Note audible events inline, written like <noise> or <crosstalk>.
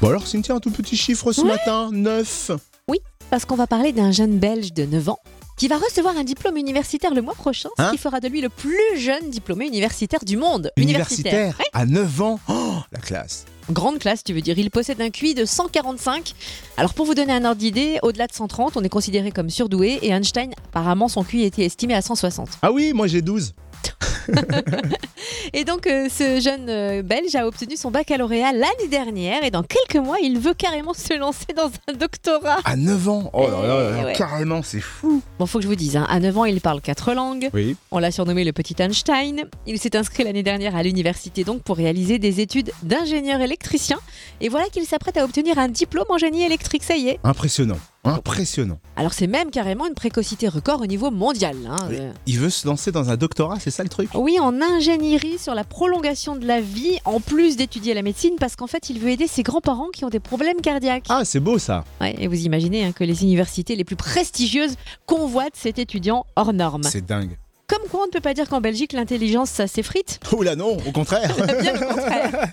Bon alors Cynthia, un tout petit chiffre ce Ouais. matin, 9. Parce qu'on va parler d'un jeune Belge de 9 ans qui va recevoir un diplôme universitaire le mois prochain, ce Hein qui fera de lui le plus jeune diplômé universitaire du monde. Universitaire, Ouais, à 9 ans. Oh, la classe. grande classe, tu veux dire. Il possède un QI de 145. Alors pour vous donner un ordre d'idée, au-delà de 130, on est considéré comme surdoué et Einstein, apparemment, son QI était estimé à 160. Ah oui, moi j'ai 12. Et donc, euh, ce jeune euh, Belge a obtenu son baccalauréat l'année dernière et dans quelques mois, il veut carrément se lancer dans un doctorat. À 9 ans. Oh là là, Eh ouais. carrément, c'est fou. Bon, faut que je vous dise, hein, à 9 ans, il parle quatre langues. Oui. On l'a surnommé le petit Einstein. Il s'est inscrit l'année dernière à l'université donc pour réaliser des études d'ingénieur électricien. Et voilà qu'il s'apprête à obtenir un diplôme en génie électrique, ça y est. Impressionnant. Impressionnant. Alors c'est même carrément une précocité record au niveau mondial. hein. Oui. Euh, Il veut se lancer dans un doctorat, c'est ça le truc Oui, en ingénierie sur la prolongation de la vie, en plus d'étudier la médecine, parce qu'en fait, il veut aider ses grands-parents qui ont des problèmes cardiaques. Ah, c'est beau ça. Ouais, et vous imaginez hein, que les universités les plus prestigieuses convoitent cet étudiant hors norme. C'est dingue. <laughs> Comme quoi, on ne peut pas dire qu'en Belgique, l'intelligence, ça s'effrite. Oh là non, au contraire. Bien au contraire.